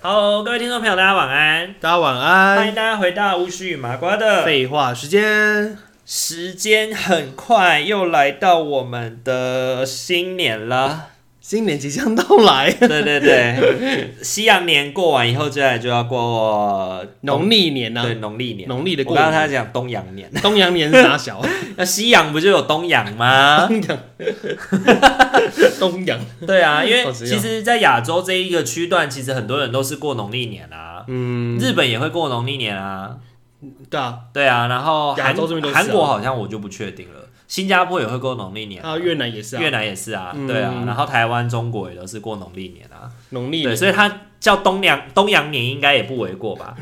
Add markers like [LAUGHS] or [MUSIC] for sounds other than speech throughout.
Hello，各位听众朋友，大家晚安，大家晚欢迎安。大家回到巫师与麻瓜的。废话时间，时间很快又来到我们的新年 [LAUGHS] 了，新年即将到来，对对对，西洋年过完以后，接下来就要过呃农历年呢、对农历年，农历的我过刚刚年，他讲东洋年， [LAUGHS] 东洋年是啥 [LAUGHS] 小？啊那西洋不就有东洋吗？ [LAUGHS] 东洋，东洋， [LAUGHS] 对啊，因为哦只有其实，在亚洲这一个区段，其实很多人都是过农历年啊，嗯，日本也会过农历年啊，对啊，对啊，然后亚韩洲这边都是啊韩国好像我就不确定了，新加坡也会过农历年、啊，越南也是啊越，南也是啊，嗯对啊，然后台湾、中国也都是过农历年啊，农历对，年，所以它叫东洋东洋年应该也不为过吧？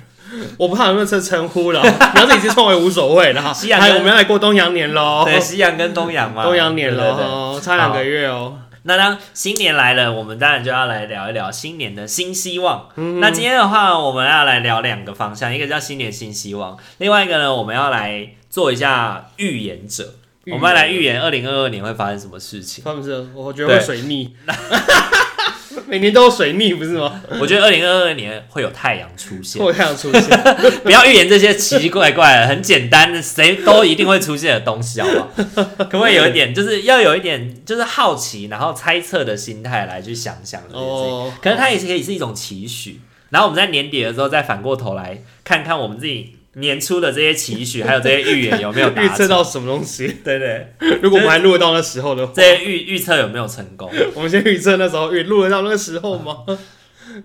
我不知道有没有这称呼了， [LAUGHS] 你要自己去创我也无所谓了 [LAUGHS] 哈。西洋哎跟我们要来过东洋年喽，对，西洋跟东洋嘛，哦 [LAUGHS] 东洋年对对对喽，差两个月哦。那当新年来了，我们当然就要来聊一聊新年的新希望。嗯那今天的话，我们要来聊两个方向，一个叫新年新希望，另外一个呢，我们要来做一下预言者。预言我们要来预言二零二二年会发生什么事情。他们是，我觉得会对水逆， [LAUGHS] 每年都有水逆，不是吗？我觉得二零二二年 [LAUGHS] 会啊有太阳出 [LAUGHS] 现，会这样出现。不要预言这些奇奇怪怪的、很简单的，谁都一定会出现的东西，好不好？ [LAUGHS] 可不可以有一点，就是要有一点，就是好奇，然后猜测的心态来去想想这件事情。哦，可能它也是可以是一种期许。然后我们在年底的时候再反过头来看看我们自己年初的这些期许，还有这些预言有没有预达测成。 [LAUGHS] 到什么东西？ [LAUGHS] 对对，如果我们还录得到那时候的话，这些预预测有没有成功？我们先预测那时候预录得到那个时 [LAUGHS] 候吗？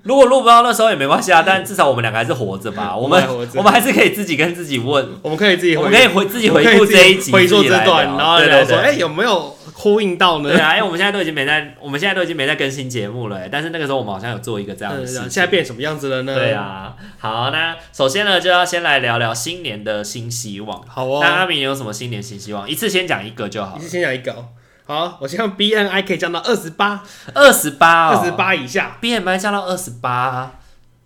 如果录不到那时候也没关系啊，但至少我们两个还是活着吧。我们我们还活着我们还是可以自己跟自己问，我们可以自己我回们可，以回自己我回们可以顾自这一集，回溯自己这来段，聊然后聊说，对对对哎，有没有呼应到呢对？啊，因为我们现在都已经没在，我们现在都已经没在更新节目了、哎但是那个时候我们好像有做一个这样的嗯事情。现在变什么样子了呢？对，啊，好，那首先呢，就要先来聊聊新年的新希望。好那阿哦，明你有什么新年新希望？一次先讲一个就好你。是先讲一个哦。好，我希望 BNI 可以降到二十八，二十八，哦二十八以下。 ，BMI 降到二十八，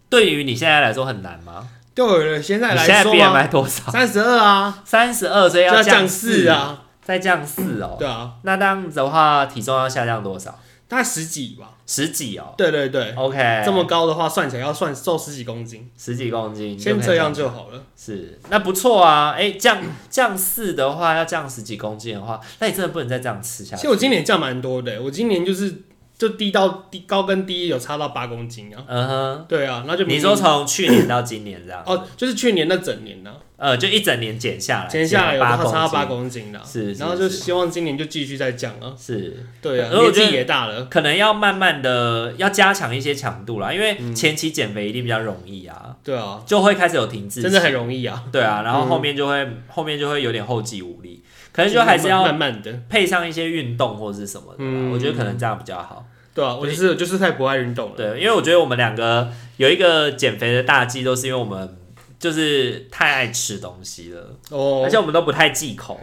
对于你现在来说很难吗？对我们现在你来现在说啊， BMI 多少？三十二啊，三十二，所以就要降降四，啊。再降四哦。对啊，那这样子的话，体重要下降多少？大概十几吧。十几哦。对对对， [LAUGHS] OK，这么高的话，算起来要算瘦十几公斤，十几公斤，你就先可以这样就好了。是那不错啊。哎，降降四的话，要降十几公斤的话，那你真的不能再这样吃下其去。实我今年降蛮多的，我今年就是就低到低高跟低有差到八公斤啊。嗯哼，对啊，那就明你年说从去年到今年这样子哦，就是去年那整年呢、呃，就一整年减下来，减下来有啊八差公差斤，八公斤啦。是是然后就是希望今年就继续再降啊。是对啊，而我年觉得纪也大了，可能要慢慢的要加强一些强度啦，因嗯为前期减肥一定比较容易啊，对啊，就会开始有停滞期，真的很容易啊。对啊，然后后面就会、后面就会有点后继无力，可能就还是要慢慢的，配上一些运动或是什么的啦，嗯我觉得可能这样比较好。对啊，我就是我就是太不爱运动了。对，因为我觉得我们两个有一个减肥的大忌，都是因为我们就是太爱吃东西了，哦而，且我们都不太忌口。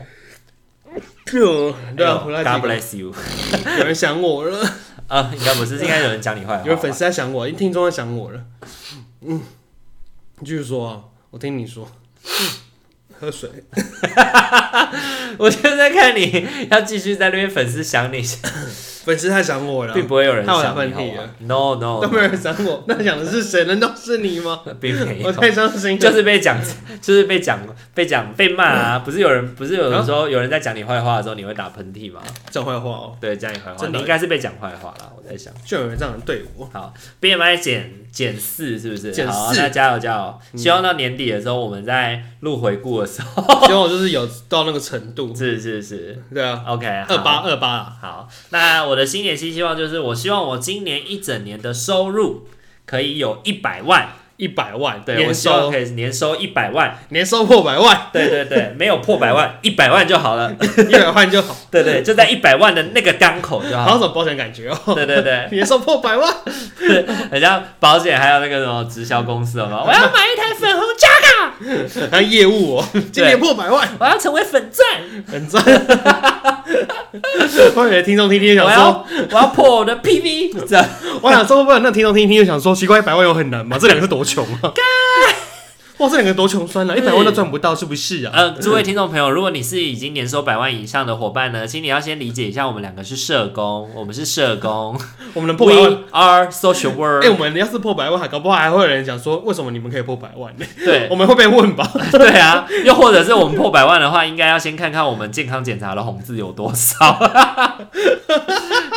对啊，哎回呦来 God bless you。 [LAUGHS] 有人想我了，啊，应该不是，是应该有人讲你坏话吧。有人粉丝在想我，听众在想我了。嗯，你继续说啊，我听你说。 [COUGHS] 喝水，我就在看你要继续在那边粉丝想你，粉丝太想我了，并不会有人太晚想你喷好嚏吗了？No No， [LAUGHS] 都没有人想我。那想的是谁？难道是你吗？并没我有，太伤心了。就是被讲，就是被讲，被讲被骂 [LAUGHS] 啊！不是有人，不是有人说有人在讲你坏话的时候，你会打喷嚏吗？讲坏话哦，对，讲你坏话，真的你应该是被讲坏话啦。我在想就有人这样对我。好，BMI 减减四嗯是不是？减好，四那加油加油！希望到年底的时候，我们在录回顾的时候，结果就是有到那个程度， [LAUGHS] 是是是对啊， ，OK，二八好二八啊，好，那我的新年新希望就是，我希望我今年一整年的收入可以有一百万，一百万，对，我年希望收可以年收一百万，年收破百万， [LAUGHS] 对对对，没有破百 [LAUGHS] 万，一百万就好了，一百万就好，对对，就在一百万的那个当口就好好，像什么保险感觉 [LAUGHS] 哦，对对对，年收破百万，很像保险还有那个什么直销公司 [LAUGHS] 好吗？我要买一台粉红加，还有业务 [LAUGHS] 哦，今年破百万，我要成为粉钻，[LAUGHS] 很赞。我以为听众听听就我想要说，我要破我的 PV，这样我想说，不然那听众听听就想说，奇怪，一百万有很难吗？这两个是多穷啊！哇，这两个多穷酸啊，一百万都赚不到，是不是啊？呃，诸位听众朋友，如果你是已经年收百万以上的伙伴呢，请你要先理解一下，我们两个是社工，我们是社工我们能破百万，We are social 哎、 work，、我们要是破百万，还搞不好还会有人讲说，为什么你们可以破百万？对我们会被问吧？ [LAUGHS] 对啊，又或者是我们破百万的话，应该要先看看我们健康检查的红字有多少。 [LAUGHS]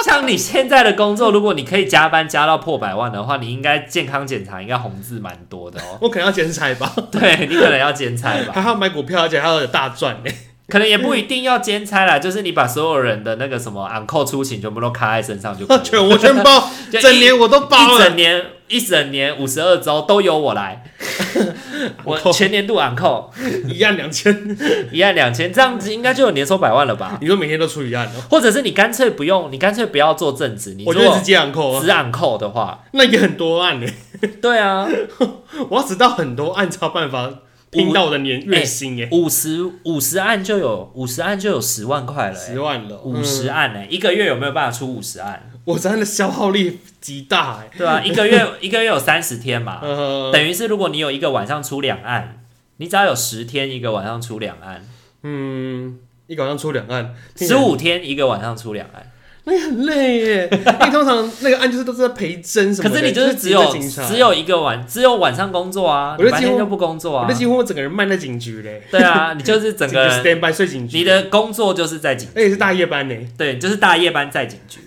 像你现在的工作，如果你可以加班加到破百万的话，你应该健康检查应该红字蛮多的 [LAUGHS] 哦。我可能要剪彩吧，对你可能要兼差吧，还要买股票，而且还要有大赚 [LAUGHS] 呢、可能也不一定要兼差啦， [LAUGHS] 就是你把所有人的那个什么 uncle 出勤全部都卡在身上就可以了。 [LAUGHS] 全我全包，就一整年我都包一了整。年一整年五十二周都由我 [LAUGHS] 来，我扣全年度昂扣一案两千，一案两千，这样子应该就有年收百万了吧？你说每天都出一案哦、或者是你干脆不用，你干脆不要做正职，你我做就一直接两扣啊，只昂扣的话，那也很多案呢、对啊，我要直到很多案才有办法拼到我的年月薪耶、五十五十案就有五十案就有十万块了、欸十，万了，五十嗯案呢、欸一个月有没有办法出五十案？我真的消耗力极大哎、对啊，一个月 [LAUGHS] 一个月有三十天嘛，呃，等于是如果你有一个晚上出两案，你只要有十天一个晚上出两案，嗯，一个晚上出两案，听十起来五天一个晚上出两案。 [LAUGHS] 那也很累耶，因为通常那个案就是都是在陪侦什么可的。是你就是只就有是警察只，有啊一个晚，只有晚上工作啊，我你就白几乎天就不工作我啊那。几乎我整个人卖在警局嘞，对啊，你就是整 [LAUGHS] 个人， stand by 睡警局，你的工作就是在警，而且是大夜班呢对，你就是大夜班在警 [LAUGHS] 局。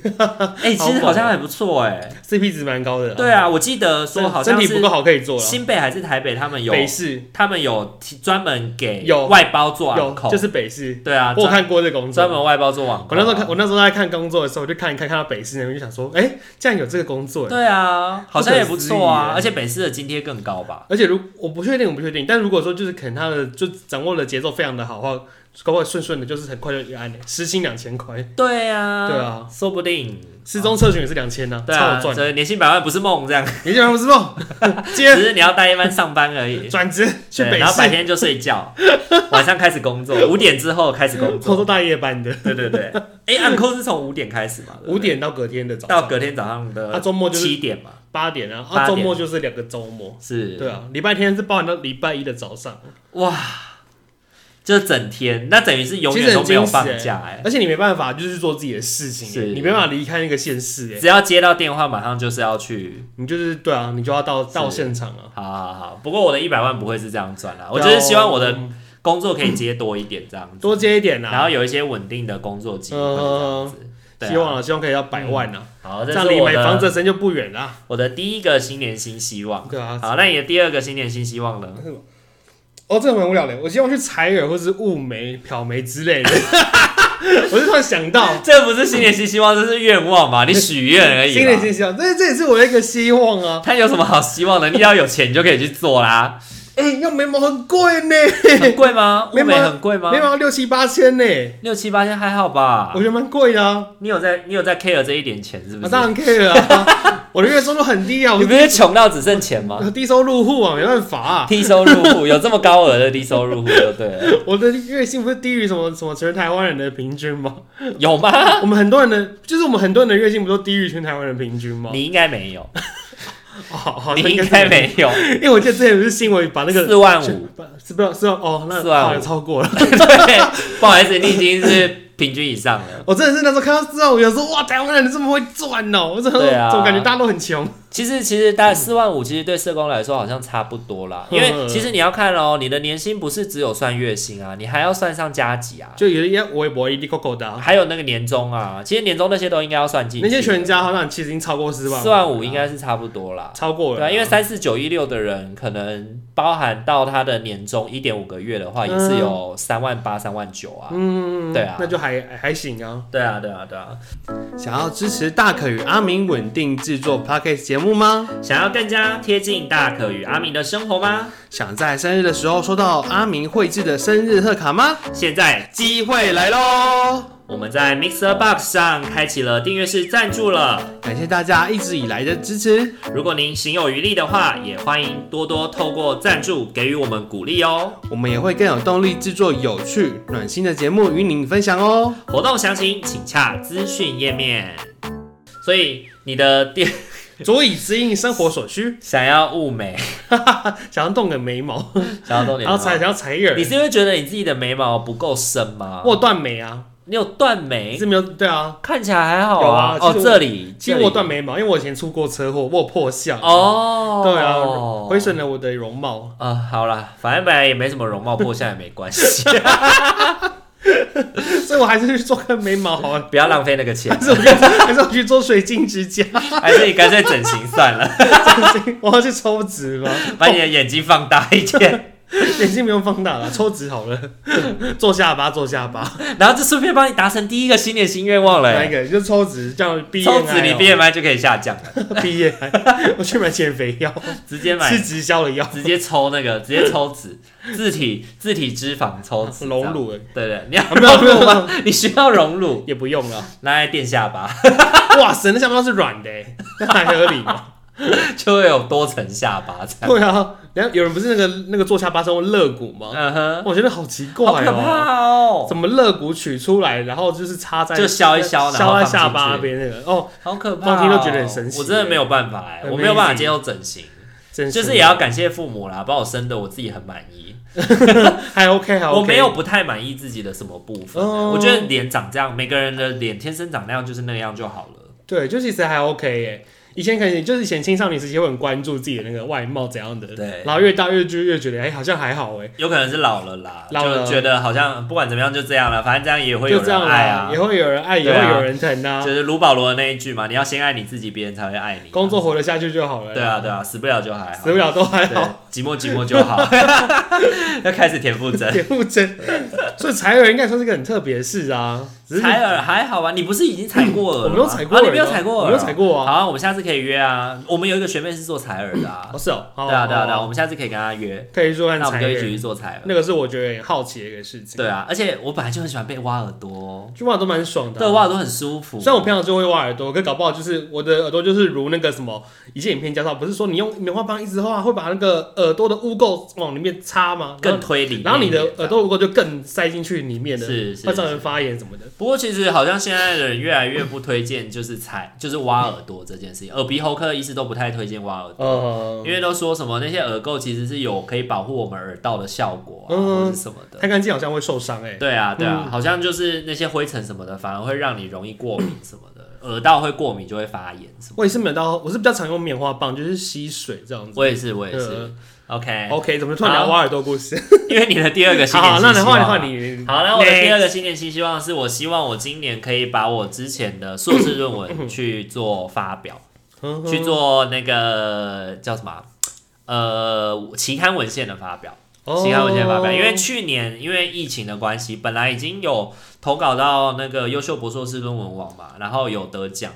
哎，其实啊好像还不错哎。 ，CP 值蛮高的啦。对啊，我记得说好身像体不是够好可以做了。新北还是台北，他们有北市他们有提专门给有外包做网有控就，是北市，对啊，我有专看过这个工专作。门外包做网我控那啊。时候看，我那时候在看工作的时候，我就看一看，看到北市那边就想说，哎，竟然有这个工作耶。对啊，好像也不错不可思议啊耶，而且北市的津贴更高吧？而且如我不确定，我不确定，但如果说就是可能他的就掌握了节奏非常的好的话，搞不好顺顺的，就是很快就一案耶，时薪两千块，对啊，对啊，说不定失踪测询也是两千呢，对超啊，赚。所以年薪百万不是梦 [LAUGHS] 这样。你讲不知道， [LAUGHS] 只接是你要大夜班上班而已，转职去对北然后白市，天就睡 [LAUGHS] 觉，晚上开始工作，五点之后开始工偷偷作。大夜班的，对对对， [LAUGHS] 哎、按扣是从五点开始嘛，对不对五点到隔天的早到上，隔天早上的啊周末就是七点嘛，八点啊，八啊周点末就是两个周末，是对啊，礼拜天是包含到礼拜一的早上，哇，就整天，那等于是永其远实都很没有惊喜放欸假哎、而且你没办法就是做自己的事情是欸，你没办法离开那个现实，哎，只要接到电话，马上就是要去。你就是对啊，你就要到到现场啊，好好好，不过我的一百万不会是这样赚啦，我就是希望我的嗯工作可以接多一点这样子，多接一点然啊，后有一些稳定的工作机会这样嗯子。对啊希望啊，希望可以到百万啊，好，这这样是离我买房的子的时间就不远啦，我的第一个新年新希望。对啊。好，那你的第二个新年新希望呢？哦，这个蛮无聊的。我希望去采耳或是雾眉、漂眉之类的。 [LAUGHS] 我就突然想到，这不是新年新希望，这是愿望嘛？你许愿而已嘛。新年新希望，这这也是我的一个希望啊！它有什么好希望的？你只要有钱你就可以去做啦。哎、要眉毛很贵呢，很贵吗？眉物美毛很贵吗眉？毛六七八千呢，六七八千还好吧我？觉得蛮贵的啊。你有在你有在 care 这一点钱是我不是当？然 care 啊， [LAUGHS] 我的月收入很低啊，你我不是穷到只剩钱吗？我低收入户啊，没办法啊。低收入户有这么高额的低收入户就对了，我的月薪不是低于什么什么全台湾人的平均吗？有吗？我们很多人的，就是我们很多人的月薪不都低于全台湾人平均吗？你应该没有，哦好好，你像应是该，没有，因为我记得之前有是新闻把那个四万五。是不是是哦，那四万五好像超过了。 [LAUGHS] [LAUGHS] 对，不好意思，你已经是平均以上了。我真的是那时候看到四万五，有时候哇，台啊湾人这么会赚哦，我怎么对啊怎么感觉大家都很穷？其实其实大嗯概四万五，其实对社工来说好像差不多啦，因为其实你要看哦，你的年薪不是只有算月薪啊，你还要算上加级啊， [LAUGHS] 就有一些微博一滴扣扣的啊，还有那个年终啊，其实年终那些都应该要算进去。嗯那些全家好像其实已经超过四万，四万五应该是差不多啦，超过对啊了啊，啊，因为三四九一六的人可能包含到他的年终一点五个月的话，也是有三万八、三万九啊。嗯，对啊那就还还行啊。对啊，对啊，对啊，想要支持大可与阿明稳定制作 podcast 节目，目吗？想要更加贴近大可与阿明的生活吗？想在生日的时候收到阿明绘制的生日贺卡吗？现在机会来喽！我们在 Mixer Box 上开启了订阅式赞助了。感谢大家一直以来的支持，如果您行有余力的话，也欢迎多多透过赞助给予我们鼓励哦。我们也会更有动力制作有趣、暖心的节目与您分享哦。活动详情请洽资讯页面。所以你的店 [LAUGHS] 佐以知应生活所需， [LAUGHS] 想要物 [LAUGHS] 美，想要动个眉毛，想要动点然后毛才，想要裁人啊你，是因为觉得你自己的眉毛不够深吗？我有断眉啊，你有断你眉，是没有对啊。看起来还好有啊其哦，实我这里，其实这里我有断眉毛，因为我以前出过车祸，我有破相。哦，对啊，毁损了我的容貌。啊、好啦，反正本来也没什么容貌破相也没关系， [LAUGHS] 所以我还是去做个眉毛好了。不要浪费那个钱还，是我去，还是我去做水晶指甲？ [LAUGHS] 还是你干脆整形算了， [LAUGHS] 我要去抽脂吗？把你的眼睛放大一点， [LAUGHS] 眼睛不用放大了，抽脂好了。做下巴，做下巴，然后就顺便帮你达成第一个新年新愿望了、哪一欸。个？就抽脂，这样 B 抽脂你 BMI 就可以下降了， [LAUGHS] 毕业，我去买减肥 [LAUGHS] 药，直接买吃直销的药，直接抽那个，直接抽 [LAUGHS] 脂，自体自体脂肪抽脂，这隆样，乳哎，对对，你要 [LAUGHS] 没有隆乳吗？ [LAUGHS] 你需要隆乳，也不用了。拿来垫下巴， [LAUGHS] 哇塞，那下巴都是软的欸，那还合 [LAUGHS] 理吗？就会有多层下巴这样。 [LAUGHS] 对啊，然后有人不是那个那个做下巴是用肋骨吗？嗯哼，我觉得好奇好怪可哦，怕哦，怎么肋骨取出来，然后就是插在就削一削然后放削在进下巴去边那个哦，好可怕、哦！光听都觉得很神奇我真的没有办法哎、 Amazing 我没有办法接受整形，真就是也要感谢父母啦，把我生的我自己很满意。还 OK 还 OK，我没有不太满意自己的什么部分、哦我觉得脸长这样，每个人的脸天生长那样就是那样就好了。对，就其实还 OK 耶。以前可能就是以前青少年时期会很关注自己的那个外貌怎样的，对然后越大越就越觉得哎、好像还好哎，有可能是老了啦，老了就觉得好像不管怎么样就这样了，反正这样也会就有这人样爱啦啊。也会有人爱，也对啊会有人疼啊，就是卢保罗的那一句嘛，你要先爱你自己，别人才会爱你。工作活得下去就好了，对啊对啊，死不了就还好，死不了都还对啊好。，寂寞寂寞就 [LAUGHS] 好。 [LAUGHS] 要开始田馥甄，田馥甄， [LAUGHS] 所以采耳应该算是个很特别的事啊，只是采耳还好吧？你不是已经采过耳了吗？我没有采过啊耳你没有采过耳，我没有采过啊好我们下次可以约啊。我们有一个学妹是做采耳的啊 [LAUGHS] 哦，是哦，好对啊，对啊，对啊，好我们下次可以跟她约，可以说看那我们采就一起耳，去做采耳。那个是我觉得很好奇的一个事情，对啊，而且我本来就很喜欢被挖耳朵，去挖耳朵蛮爽的啊，对，挖耳朵很舒服。虽然我平常就会挖耳朵，可搞不好就是我的耳朵就是如那个什么一些影片介绍，不是说你用棉花棒一直画会把那个耳朵的污垢往里面插吗？更推理，然后然后你的耳。朵污垢就更塞进去里面了，是是会造成发炎什么的。不过其实好像现在的人越来越不推荐，就是采就是挖耳朵这件事情，耳鼻喉科的医师都不太推荐挖耳朵，呃因，为都说什么那些耳垢其实是有可以保护我们耳道的效果啊，嗯或者什么的。太干净好像会受伤哎、对啊，对啊，好像就是那些灰尘什么的，反而会让你容易过敏什么的，耳道会过敏就会发炎什么的。我也是没有到，我是比较常用棉花棒，就是吸水这样子。我也是，我也是嗯。 OK， OK，怎么突然聊好挖耳朵故事？因为你的第二个新好年 [LAUGHS] 好，新那希你望啊换你换。你。好，那我的第二个个新年新希望是我希望我今年可以把我之前的硕士论文去做发表，嗯去做那个叫什么啊呃期刊文献的发表。期刊文献发表，哦因为去年因为疫情的关系，本来已经有投稿到那个优秀博硕士论文网嘛，然后有得奖，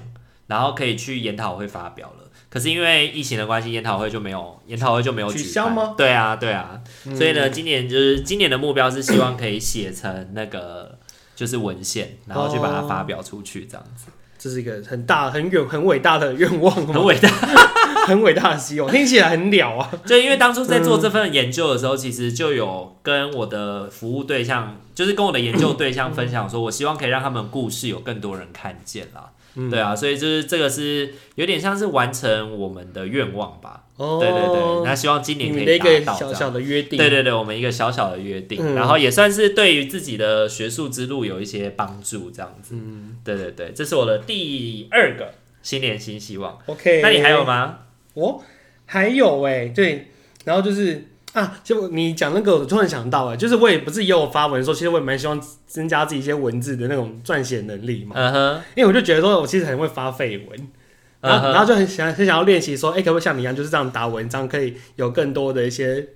然后可以去研讨会发表了。可是因为疫情的关系，研讨会就没有，研讨会就没有取举办消吗？对啊，对啊，嗯所以呢，今年就是今年的目标是希望可以写成那个就是文献，然后去把它发表出去，这样子这是一个很大、很远、很伟大的愿望吗，很 [LAUGHS] 伟大。很伟大的希望，听起来很了啊。就因为当初在做这份研究的时候，其实就有跟我的服务对象，就是跟我的研究对象分享说，我希望可以让他们故事有更多人看见啦。嗯对啊，所以就是这个是有点像是完成我们的愿望吧。哦对对对，那希望今年可你的一以个达到这小样。小的约定，对对对，我们一个小小的约定，嗯然后也算是对于自己的学术之路有一些帮助，这样子。嗯对对对，这是我的第二个新年新希望。 ，OK。那你还有？吗？我还有哎、对，然后就是啊，就你讲那个，我突然想到哎、就是我也不是也有发文说，其实我也蛮希望增加自己一些文字的那种撰写能力嘛，嗯哼，因为我就觉得说我其实很会发废文。嗯然后，哼啊然后就很想很想要练习说，哎、可不可以像你一样，就是这样打文章，可以有更多的一些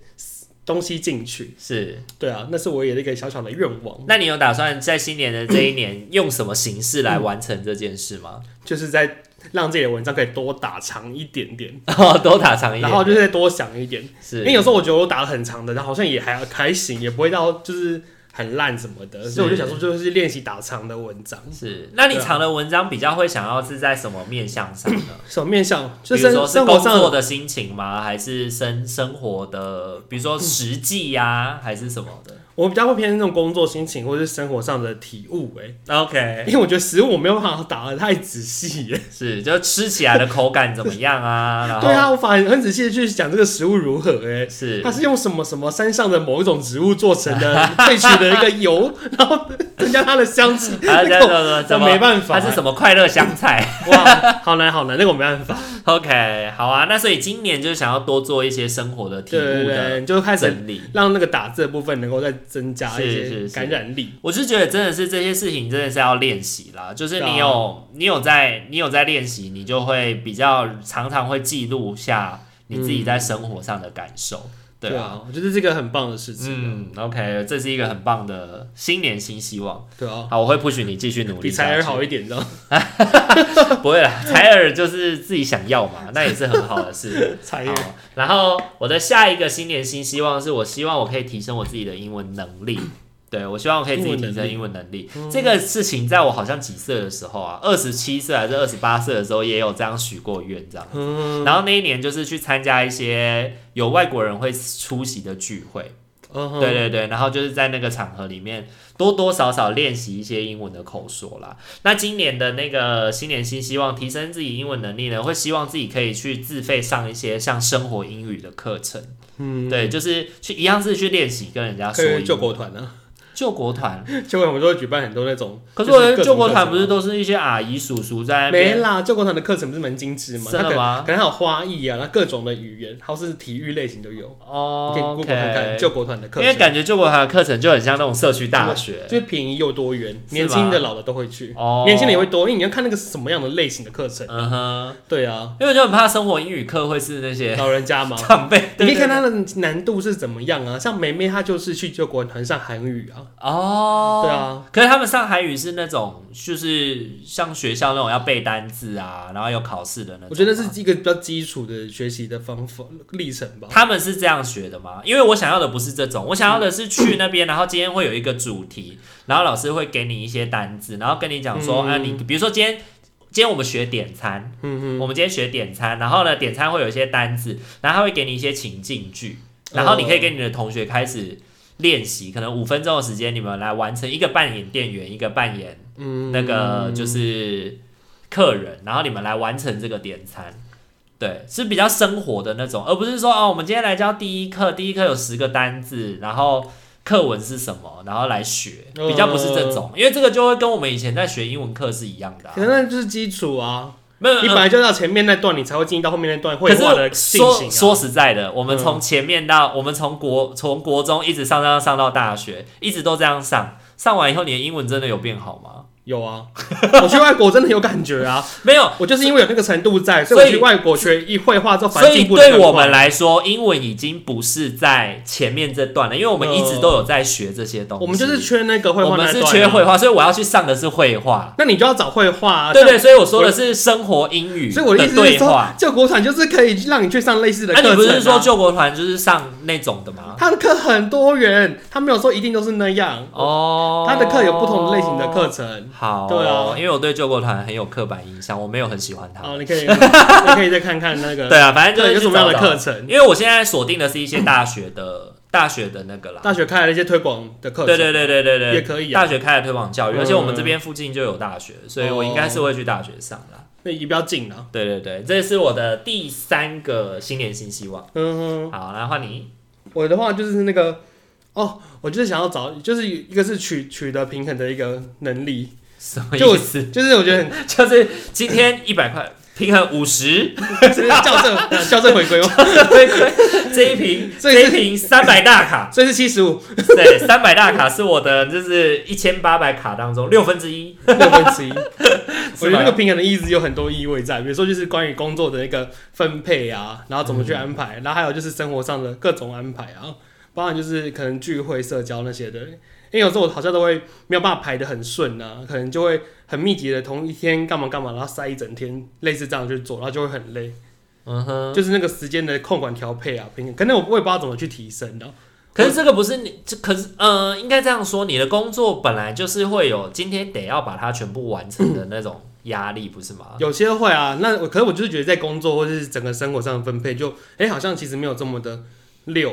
东西进去？是。对啊，那是我也的一个小小的愿望，那你嗯有打算在新年的这一年用什么形式来完成这件事吗？ [LAUGHS] 就是在让自己的文章可以多打长一点点，哦，多打长一点，然后就是再多想一点。是因为有时候我觉得我打得很长的，然后好像也还还行，也不会到就是很烂什么的，是所以我就想说，就是练习打长的文章。是，那你长的文章比较会想要是在什么面向上呢？什么面向？ [LAUGHS] 就比如生说是生工活上作的心情吗？还是生生活的，比如嗯说实际呀、还是什么的我比较会偏那种工作心情或者是生活上的体悟、欸， ？OK，因为我觉得食物我没有办法打得太仔细、欸耶。 [LAUGHS] 是，就吃起来的口感怎么样 [LAUGHS] 啊？然后对啊，我反而很仔细的去讲这个食物如何、欸， [LAUGHS] 是啊它是用什么什么山上的某一种植物做成 [LAUGHS] 的，萃取的一个油，然后增加它的香气。啊，这这样个子怎么没办法它是什么快乐香菜 [LAUGHS] 哇，好难好难，那个我没办法。 ？OK，好啊，那所以今年就是想要多做一些生活的体对对悟对，的你就开始整理。让那个打字的部分能够再增加一是些是是感染力。我是觉得真的是这些事情真的是要练习啦，就是对你啊有你有在你有在练习，你就会比较常常会记录下你自己在生活上的感受，对啊。啊，我觉得这个很棒的事情。啊嗯，OK，这是一个很棒的新年新希望。对啊，好，我会 push 你继续努力。比采尔好，一点，你知道吗？ [LAUGHS] [LAUGHS] 不会啦，采耳就是自己想要嘛，那也是很好的事。采好尔，，然后我的下一个新年新希望是我希望我可以提升我自己的英文能 [COUGHS] 力。对，我希望我可以自己提升英文能力。这个事情在我好像几岁的时候啊，二十七岁还是二十八岁的时候，也有这样许过愿这样。嗯，然后那一年就是去参加一些有外国人会出席的聚会，嗯哼对，对对，然后就是在那个场合里面多多少少练习一些英文的口说啦。那今年的那个新年新希望，提升自己英文能力呢，会希望自己可以去自费上一些像生活英语的课程。嗯，对，就是去一样是去练习跟人家说可英以文救国团啊，救国团，救国团我们都会举办很多那种，可是我觉就得各种救国团课程啊不是都是一些阿姨叔叔在那没边啦，救国团的课程不是蛮精致吗？真的它可能吗可能还有花艺啊，那各种的语言，还是体育类型都有。你可以哦 Google 看看，OK，救国团的课因为程，感觉救国团的课程就很像那种社区大学就是便宜又多元，是年轻吧的、老的都会去，哦，年轻人也会多，因为你要看那个是什么样的类型的课程。嗯哼，对啊，因为我就很怕生活英语课会是那些老人家嘛，长辈，哦 [LAUGHS] 你对可以对看他的难度是怎么样啊。像梅梅她就是去救国团上韩语啊，哦，对。啊，可是他们上韩语是那种，就是像学校那种要背单字啊，然后有考试的啊那种吗。我觉得是一个比较基础的学习的方法历程吧。他们是这样学的吗？因为我想要的不是这种，我想要的是去那边，然后今天会有一个主题，然后老师会给你一些单字，然后跟你讲说，嗯啊，你比如说今天。今天我们学点餐，嗯我们今天学点餐，然后呢，点餐会有一些单字，然后他会给你一些情境剧，然后你可以跟你的同学开始练习，可能五分钟的时间，你们来完成一个扮演店员，一个扮演嗯，那个就是客人，然后你们来完成这个点餐。对，是比较生活的那种，而不是说哦，我们今天来教第一课，第一课有十个单字，然后课文是什么，然后来学，比较不是这种，因为这个就会跟我们以前在学英文课是一样的、啊可。能那就是基础啊，没有，你本来就到前面那段，你才会进行到后面那段绘画的呃可是进说行啊。说实在的，我们从前面到、我们从国从国中一直上上上到大学，一直都这样上，上完以后你的英文真的有变好吗？有啊，我去外国真的有感觉啊，没有，我就是因为有那个程度在，所以我去外国学一绘画之后，反所而以进步得更对我们快，来说，英文已经不是在前面这段了，因为我们一直都有在学这些东西。我们就是缺那个绘我画们那是段啊缺绘，画，所以我要去上的是绘画。那你就要找绘画啊。对对，所以我说的是生活英语像，所以我的意思是对说话。，救国团就是可以让你去上类似的那课程、你啊。不是说救国团就是上那种的吗？他的课很多元，他没有说一定都是那样。哦，他的课有不同类型的课。程。好，对啊因为我对救国团很有刻板印象，我没有很喜欢他好，。哦你可以，你可以再看看那个， [LAUGHS] 对啊，反正就对，是有去什么样的找找课程？因为我现在锁定的是一些大学的大学的那个啦，大学开了一些推广的课程，对对对对对对，也可以啊大学开了推广教育，嗯而且我们这边附近就有大学，所以我应该是会去大学上啦。那也比较近啊了。对对对，这是我的第三个新年新希望。嗯好，来换你。哼，我的话就是那个，哦，我就是想要找，就是一个是取取得平衡的一个能力，什么就意思？就是我觉得就是今 [LAUGHS] 天一百块平衡五十，很是校 [LAUGHS] 正校正回归吗？这一瓶所以这是一瓶三百大卡，所以是七十五对，三百大卡是我的就是一千八百卡当中六分之一。六分之一。我觉得那个平衡的意思有很多意味在，比如说就是关于工作的那个分配啊，然后怎么去安排，然后还有就是生活上的各种安排啊。包含就是可能聚会、社交那些的。因为有时候我好像都会没有办法排的很顺啊，可能就会很密集的同一天干嘛干嘛，然后塞一整天，类似这样去做，然后就会很累。嗯哼，就是那个时间的控管调配啊，平衡，可能我我也不知道怎么去提升的。可是这个不是你，这可是呃，应该这样说，你的工作本来就是会有今天得要把它全部完成的那种压力，不是吗？有些会啊，那我可是我就是觉得在工作或者是整个生活上的分配就，哎、好像其实没有这么的溜，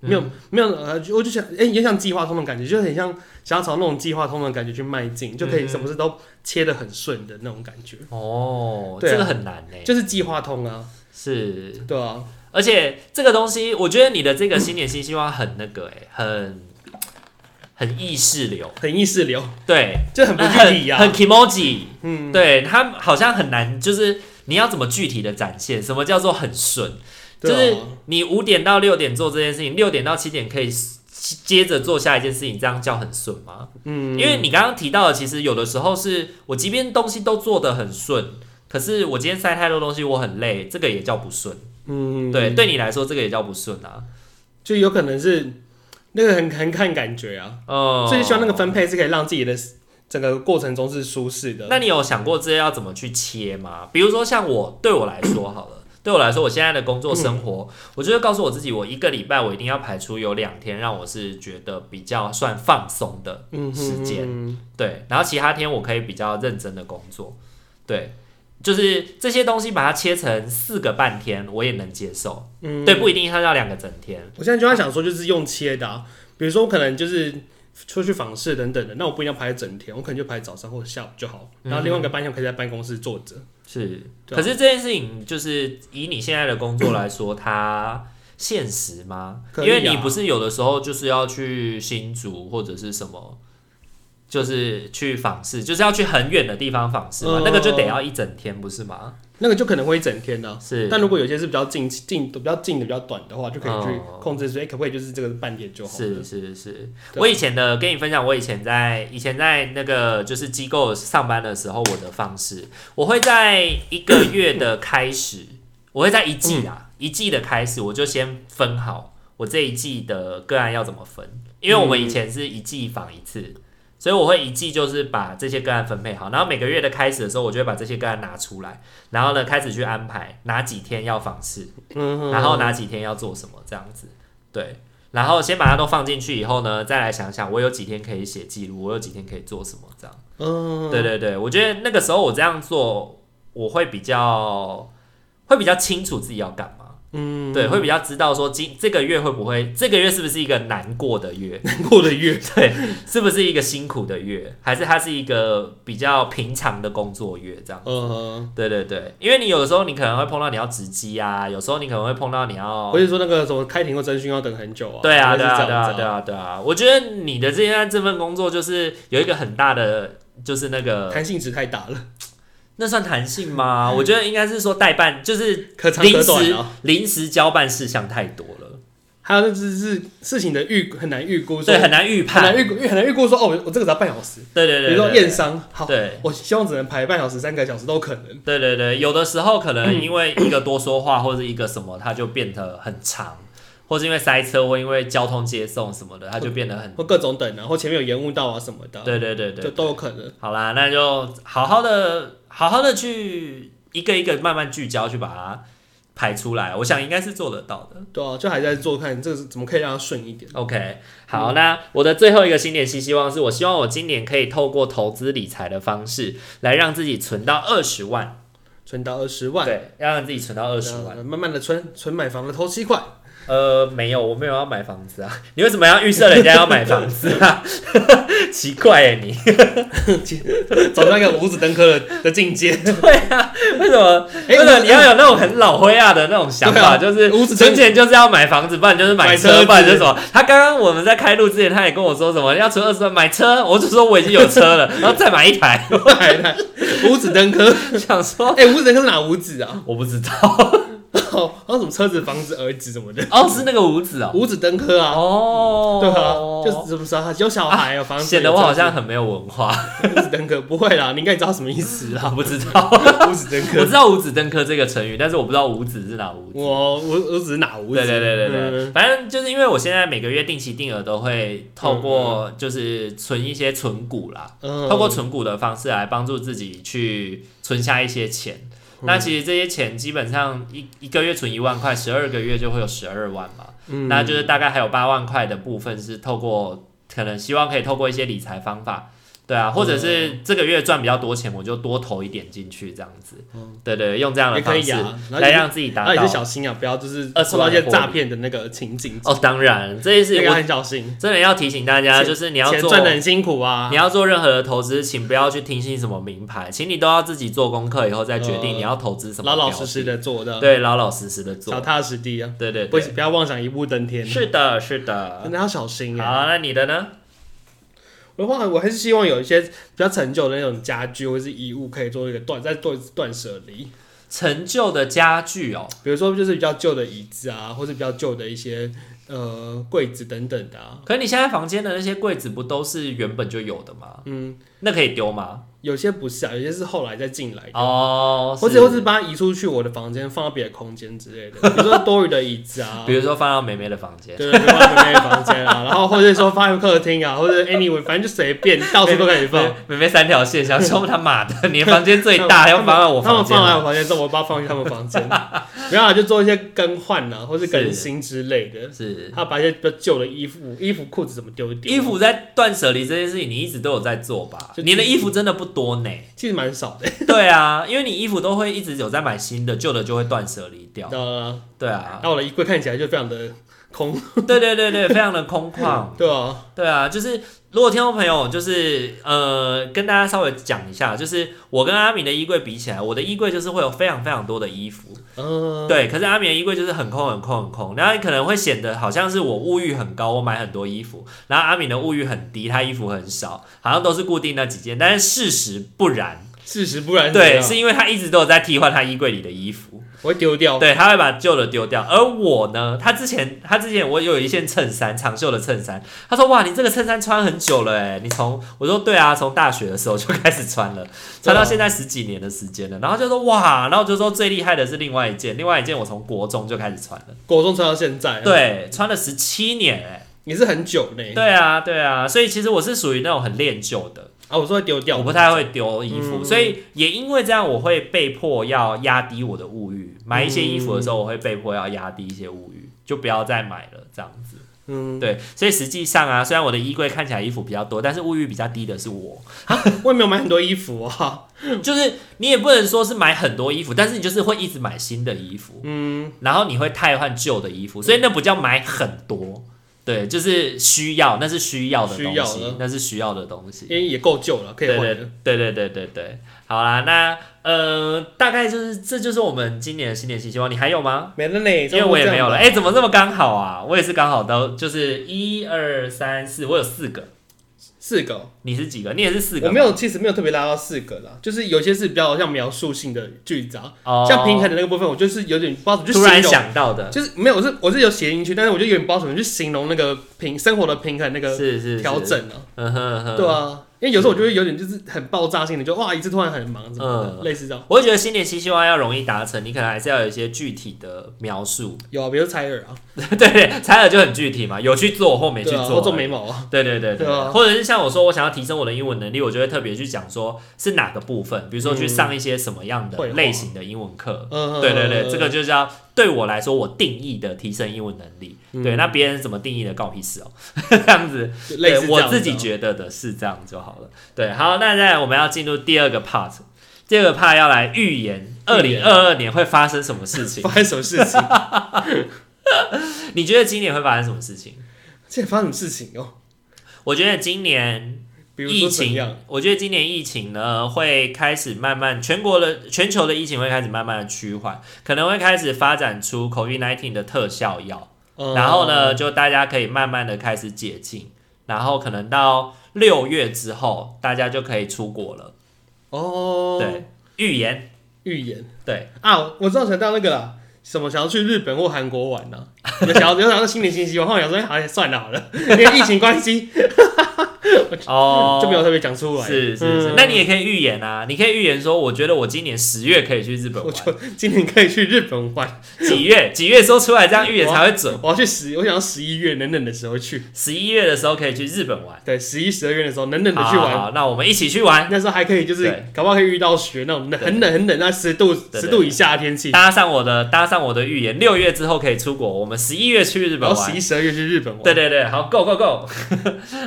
没有、嗯没有呃，就我就想哎、诶也像计划通的感觉，就很像想要朝那种计划通的感觉去迈进，就可嗯以什么事都切得很顺的那种感觉，哦，对啊这个很难呢、就是计划通啊，是，对啊，而且这个东西，我觉得你的这个新年新希望很那个、欸，很很意识流，很意识流，对，就 [COUGHS] 很不啊具体呀、很 emoji，嗯，对它好像很难，就是你要怎么具体的展现？什么叫做很顺？就对啊是你五点到六点做这件事情，六点到七点可以 s- 接着做下一件事情，这样叫很顺吗？嗯，因为你刚刚提到的，其实有的时候是我即便东西都做得很顺，可是我今天塞太多东西，我很累，这个也叫不顺。嗯，对，，对你来说这个也叫不顺啊。就有可能是那个很很看感觉啊，哦、所以希望那个分配是可以让自己的整个过程中是舒适的。那你有想过这要怎么去切吗？比如说像我，对我来说好了， [COUGHS] 对我来说，我现在的工作生活，嗯我就会告诉我自己，我一个礼拜我一定要排出有两天让我是觉得比较算放松的，嗯哼时间嗯对，然后其他天我可以比较认真的工作，对。就是这些东西，把它切成四个半天，我也能接受。嗯对，不一定它要两个整天。我现在就在想说，就是用切的、啊，比如说我可能就是出去访视等等的，那我不一定要排整天，我可能就排早上或者下午就好。然后另外一个半天我可以在办公室坐着。是，对可啊是这件事情就是以你现在的工作来说，它现实吗？可因以啊为你不是有的时候就是要去新竹或者是什么，就是去访视，就是要去很远的地方访视嘛，嗯那个就得要一整天，不是吗？那个就可能会一整天呢、是，但如果有些是比较近、近、比较近的、比较短的话，就可以去哦控制说，哎、可不可以就是这个半点就好了。是是是，对啊我以前的跟你分享，我以前在以前在那个就是机构上班的时候，我的方式，我会在一个月的开始，我会在一季嗯啊、一季的开始，我就先分好我这一季的个案要怎么分，因为我们以前是一季访一次。嗯所以我会一季就是把这些个案分配好，然后每个月的开始的时候，我就会把这些个案拿出来，然后呢开始去安排哪几天要访视，嗯哼，然后哪几天要做什么这样子，对，然后先把它都放进去以后呢，再来想想我有几天可以写记录，我有几天可以做什么这样，嗯，对对对，我觉得那个时候我这样做，我会比较会比较清楚自己要干嘛，嗯，对，会比较知道说今这个月会不会这个月是不是一个难过的 [LAUGHS] 月，难过 [LAUGHS] 的月，对，是不是一个辛苦的月，还是它是一个比较平常的工作月这样。嗯，对对对，因为你有的时候你可能会碰到你要值机啊，有时候你可能会碰到你要或者说那个什么开庭或征询要等很久啊。对啊，类对似啊，这样对啊，子对啊，对啊！我觉得你的这现这份工作就是有一个很大的，就是那个弹性值太大了，那算弹性吗？我觉得应该是说代办，就是可长临可短时啊。临时交办事项太多了，还有那只是事情的预很难预估，对，说很难预很判难。预估，很难预估说哦，我我这个只要半小时，对对比对，如说对验伤，好，对我希望只能排半小时、三个小时都可能。对对对，有的时候可能嗯因为一个多说话或者一个什么，它就变得很长，或是因为塞车或因为交通接送什么的，它就变得很……或各种等啊，或前面有延误到啊什么的啊，嗯对对对就对，都有可能。好啦，那就好好的、好好的去一个一个慢慢聚焦，去把它排出来。我想应该是做得到的。对啊，就还在做看这个是怎么可以让它顺一点。 OK，好，那我的最后一个新年新希望是我希望我今年可以透过投资理财的方式，来让自己存到二十万，存到二十万，对，要让自己存到二十然万。后慢慢的存，存买房的头期款。呃，没有，我没有要买房子啊。 [LAUGHS] 你为什么要预设人家要买房子啊？ [LAUGHS] 奇怪耶，你走到一个五子登科的的 [LAUGHS] 境界，为什么？哎为什么你我要有那种很老灰啊的那种想法？对啊就是无止存钱就是要买房子，不然就是买买车车，子不然就是什么？他刚刚我们在开录之前，他也跟我说什么要存二十万买车， [LAUGHS] 我就说我已经有车 [LAUGHS] 了，然后再买一台。 [LAUGHS] 买了五子登科，想说哎，五子登科是哪五子啊？ [LAUGHS] 我不知道，哦，后什么车子、房子、儿子什么的， [LAUGHS] 哦，是那个五子哦，五子登科啊，哦，对啊，就是啊怎么说啊，有小孩有房子，显得我好像很没有文化，有车子五子登科，不会啦，你应该也知道什么意思啦，不知道，五子登 [LAUGHS] 我科知，道五子登科这个成语，但是我不知道五子是哪五子。我我我只是哪五子，对对对对对，嗯，反正就是因为我现在每个月定期定额都会透过就是存一些存股啦，嗯透过存股的方式来帮助自己去存下一些钱。嗯那其实这些钱基本上一一个月存一万块，十二个月就会有十二万嘛。嗯那就是大概还有八万块的部分是透过可能希望可以透过一些理财方法，对啊，或者嗯是这个月赚比较多钱，我就多投一点进去这样子，对对，用这样的嗯也可方以式啊，然后来也让自己达那也到。是小心啊，不要就是呃受到一是些吧诈骗的那个情景，哦，当然，这也是这个我很小心，真的要提醒大家，钱就是你要钱做赚的很辛苦啊你，要做任何的投资，请不要去听信什么名牌，请你都要自己做功课，以后再决定呃你要投资什么老标的。老实实的做的，对，老老实实的脚做。踏实地啊，对对不对，不要妄想一步登天，是的，是真的。的要小心啊。好，那你的呢？我的话，我还是希望有一些比较陈旧的那种家具或是衣物，可以做一个断再做一次断舍离。陈旧的家具哦，比如说，就是比较旧的椅子啊，或是比较旧的一些呃柜子等等的啊。可是你现在房间的那些柜子不都是原本就有的吗？嗯，那可以丢吗？有些不是啊，有些是后来再进来的。哦，或者或是把它移出去我的房间，放到别的空间之类 [LAUGHS] 的，比如说多余的椅子啊，比如说放到梅梅的房间，对对，放到别的房间啊，然后或者说放在客厅啊，或者 anyway，反正就随 [LAUGHS] 便，到处都可以放。梅梅三条线，想说他妈 [LAUGHS] 的，你的房间最大，要放到我他房们间啊放来吗。我房间之后，我把它放去他们 [LAUGHS] 房间，没有啊，就做一些更换啊，或是更新之类的。是他把一些比较旧的衣服、衣服、裤子怎么丢一丢，衣服在断舍离这件事情，你一直都有在做吧？就你的衣服真的不多呢。其实蛮少的。对啊，因为你衣服都会一直有在买新的，旧的就会断舍离掉。呃，对啊， [LAUGHS] 那我的衣柜看起来就非常的 [LAUGHS] 空，对对对对，非常的空旷。对啊，对啊，就是如果听众朋友就是呃，跟大家稍微讲一下，就是我跟阿敏的衣柜比起来，我的衣柜就是会有非常非常多的衣服，嗯，对，可是阿敏的衣柜就是很空很空很空，然后可能会显得好像是我物欲很高，我买很多衣服，然后阿敏的物欲很低，她衣服很少，好像都是固定那几件，但是事实不然，事实不然怎么对，样，是因为她一直都有在替换她衣柜里的衣服，我会丢掉，对，他会把旧的丢掉。而我呢，他之前他之前我有一件衬衫，长袖的衬衫，他说哇，你这个衬衫穿很久了哎，你从我说对啊，从大学的时候就 [LAUGHS] 开始穿了，穿到现在十几年的时间了。然后就说哇，然后就说最厉害的是另外一件，另外一件我从国中就开始穿了，国中穿到现在，，啊对，穿了十七年哎，也是很久呢。对啊对啊，所以其实我是属于那种很恋旧的，啊，我说会丢掉，我不太会丢衣服，嗯所以也因为这样，我会被迫要压低我的物欲。买一些衣服的时候，我会被迫要压低一些物欲，就不要再买了这样子。嗯，对，所以实际上啊，虽然我的衣柜看起来衣服比较多，但是物欲比较低的是我。 [LAUGHS] 我也没有买很多衣服啊， [LAUGHS] 就是你也不能说是买很多衣服，但是你就是会一直买新的衣服，嗯，然后你会汰换旧的衣服，所以那不叫买很多。对，就是需要，那是需要的需东要西了，那是需要的东西因。为也够旧了，可以对换对了。对对对对对，好啦，那呃，大概就是这就是我们今年的新年新希望，你还有吗？没了呢，因为我也没有了，哎、哎，怎么这么刚好啊？我也是刚好都就是一二三四，我有四个，四个，你是几个？你也是四个吗？我没有，其实没有特别拉到四个啦，就是有些是比较像描述性的句子啊，哦，像平衡的那个部分，我就是有点不知道怎么去突然形容想到的，就是没有，我是我是有写进去，但是我就有点不知道怎么去形容那个平生活的平衡那个是是是调，整啊，嗯哼嗯哼，对啊，因为有时候我就会有点就是很爆炸性的，就哇一次突然很忙，怎么嗯的类似这样，我会觉得新年新希望要容易达成，你可能还是要有一些具体的描述。 [LAUGHS] 有啊，比如采耳啊，对对，采耳就很具体嘛，有去做或没去对啊，做而或已，做眉毛啊，对对对对，对啊或者是像我说，我想要提升我的英文能力，我就会特别去讲说是哪个部分，比如说去上一些什么样的会话类型的英文课。嗯，对对对，这个就叫对我来说，我定义的提升英文能力。嗯对，那别人怎么定义的，告我屁事哦。 [LAUGHS] 这样子，就类似对这我样自子己啊觉得的是这样就好了。对，好，那再来我们要进入第二个 part，第二个 part 要来预言二预零言二二年会发生什么事情发？生什么事情？ [LAUGHS] 你觉得今年会发生什么事情？现在发生什么事情哦？我觉得今年比如疫说怎情样？，我觉得今年疫情呢会开始慢慢，全国的全球的疫情会开始慢慢的趋缓，可能会开始发展出 COVID-19 的特效药，嗯然后？呢，就大家可以慢慢的开始解禁，然后可能到六月之后，大家就可以出国了。哦，对，预言预言对啊，我知道想到那个啦，什么想要去日本或韩国玩呢、有想要有想要新年新希望，后来想说哎好像算了好 [LAUGHS] 了，因为疫情关系哦，就没有特别讲出来。是是是，嗯那你也可以预言啊，你可以预言说，我觉得我今年十月可以去日本玩， [LAUGHS] 今年可以去日本玩，几月几月说出来，这样预言才会准。我要去十，我想要十一月冷冷的时候去，十一月的时候可以去日本玩，对，十一、十二月的时候冷冷的好去好玩，好那我们一起去玩，那时候还可以，就是啊对搞不好可以遇到雪那种冷很冷很冷，那十度对十度以下的天气，搭上我的搭上我的预言，六月之后可以出国，我们十一月去日然本后哦十玩。一、十二月去日本玩。对对对，好，Go Go Go！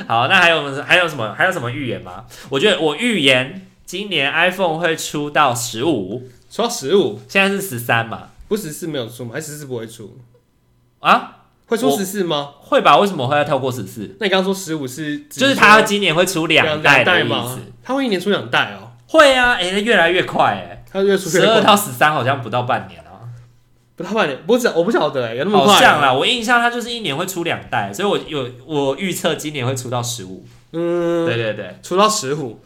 好，那还有还有什么还有什么预言吗？我觉得我预言今年 iPhone 会出到十五，说到十五，现在是十三嘛？不十四没有出吗？还十四不会出？啊，会出我十四吗？会吧？为什么会要跳过十四？那你刚刚说十五是指就是它今年会出两代的两代意思吗。？他会一年出两代哦，会啊，哎、那越来越快 [LAUGHS] 哎、他越出越十二快到十三好像不到半年啊，不到半年，不是我不晓得哎，有那么快？好像啊啦，我印象它就是一年会出两代，所以我有我预测今年会出到十五、嗯，对对对，出到十五，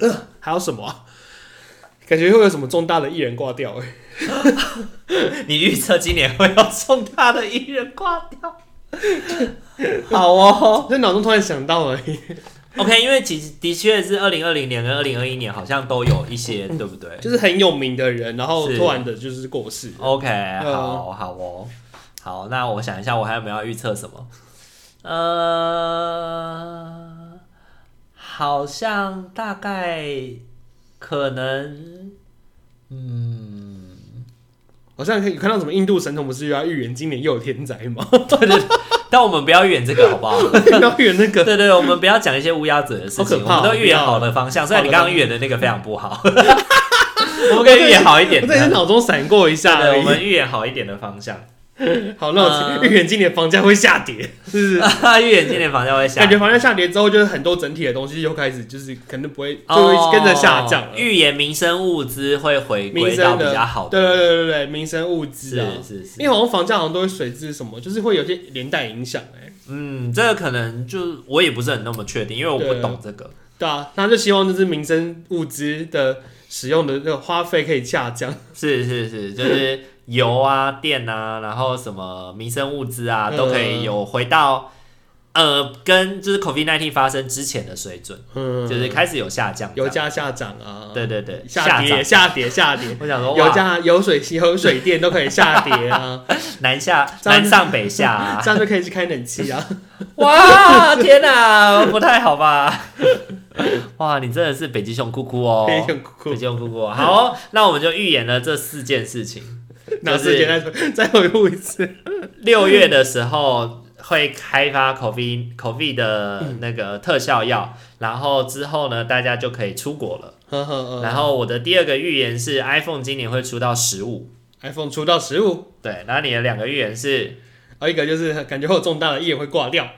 呃还有什么啊？感觉会有什么重大的艺人挂掉哎？你预测今年会有重大的艺人挂掉。好哦在脑中突然想到欸而已， ，OK，因为其实的确是二零二零年跟二零二一年好像都有一些，对不对就是很有名的人，然后是突然的就是过世。 ？OK，好好哦，好，那我想一下，我还有没有要预测什么？呃，好像大概可能，嗯，好像可以看到什么印度神童不是又要预言今年又有天灾吗？ [LAUGHS] [LAUGHS] 但我们不要预言这个好不好？要预言 [LAUGHS] 那对个对对，我们不要讲一些乌鸦嘴的事好情，可我怕们哦都预言不要好的方向。虽然你好的刚刚预言的那个非常不好， [LAUGHS] 我们可以预言好一点我的在。你脑中闪过一下而对，我已。们呃预言好一点的方向。 [LAUGHS] 好，那我预言今年房价会下跌，是不是？预言今年房价会下感，觉房价下跌之后，就是很多整体的东西又开始就是可能不会，就哦会跟着下降了。预言民生物资会回民归到生比的较好对的，对对对对，民生物资啊是，是是。因为好像房价好像都会水至什么，就是会有些连带影响哎、嗯，这个可能就我也不是很那么确定，因为我不对懂这个。对啊，那就希望就是民生物资的使用的那个花费可以下降。是是是，就是油啊、电啊，然后什么民生物资啊，都可以有回到呃跟就是 COVID 1 9发生之前的水准，嗯，就是开始有下降。油价下涨啊，对对对，下跌涨。下跌下跌，我想说，油哇，价油水油水电都可以下跌啊，南下这样南上北下、 [LAUGHS] [LAUGHS] 啊，这样就可以去开冷气啊。哇，天哪、不太好吧？ [LAUGHS] 哇，你真的是北极熊哭哭 [LAUGHS] 哦，北极熊哭哭北极熊哭哭。好哦、那我们就预言了这四件事情。哪次简单说再回顾一次？ [LAUGHS] 六月的时候会开发 COVID COVID 的那个特效药，然后之后呢，大家就可以出国了。呵呵呵然后我的第二个预言是 iPhone 今年会出到十五， iPhone 出到十五，对。然后你的两个预言是，还有一个就是感觉会有重大的艺人会挂掉。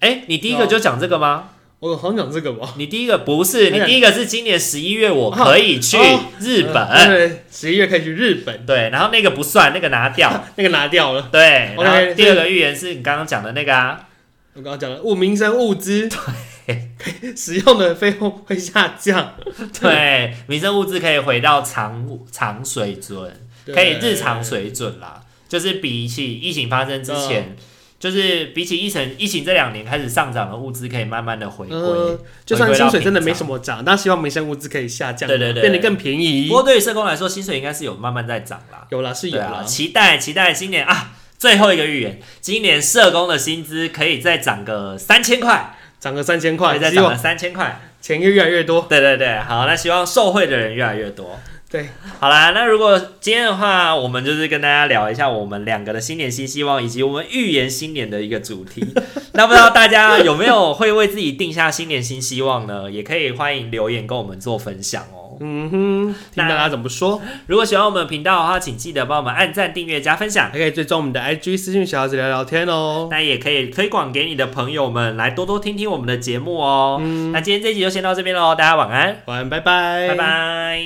哎，你第一个就讲这个吗？我好像讲这个吧，你第一个不是，你第一个是今年十一月我可以去哦日呃本，对，十一月可以去日本，对。然后那个不算，那个拿掉，那个拿掉了。对。 OK，然后第二个预言是你刚刚讲的那个啊，我刚刚讲了物民生物资， [LAUGHS] 对，使用的费用会下降，对，民生物资可以回到常常水准。对可以日常。水准啦，就是比起疫情发生之嗯前，就是比起疫情疫情这两年开始上涨的物资，可以慢慢的回归。嗯，就算薪水真的没什么涨，但希望民生物资可以下降，对对对变得更便宜不。过对于社工来说，薪水应该是有慢慢在涨啦。有啦，是有对啊，啦，期待期待今年啊，最后一个预言，今年社工的薪资可以再涨个三千块，涨个三千可块以，再希涨个望三千块。钱越越来越多。对对对，好，那希望受惠的人越来越多。对，好啦，那如果今天的话，我们就是跟大家聊一下我们两个的新年新希望，以及我们预言新年的一个主题。 [LAUGHS] 那不知道大家有没有会为自己定下新年新希望呢？也可以欢迎留言跟我们做分享哦。嗯哼，听大家怎么说，如果喜欢我们频道的话，请记得帮我们按赞、订阅、加分享。还可以追踪我们的 IG 私讯小孩子聊聊天哦。那也可以推广给你的朋友们，来多多听听我们的节目哦。那今天这集就先到这边喽，大家晚安，晚安，拜拜，拜拜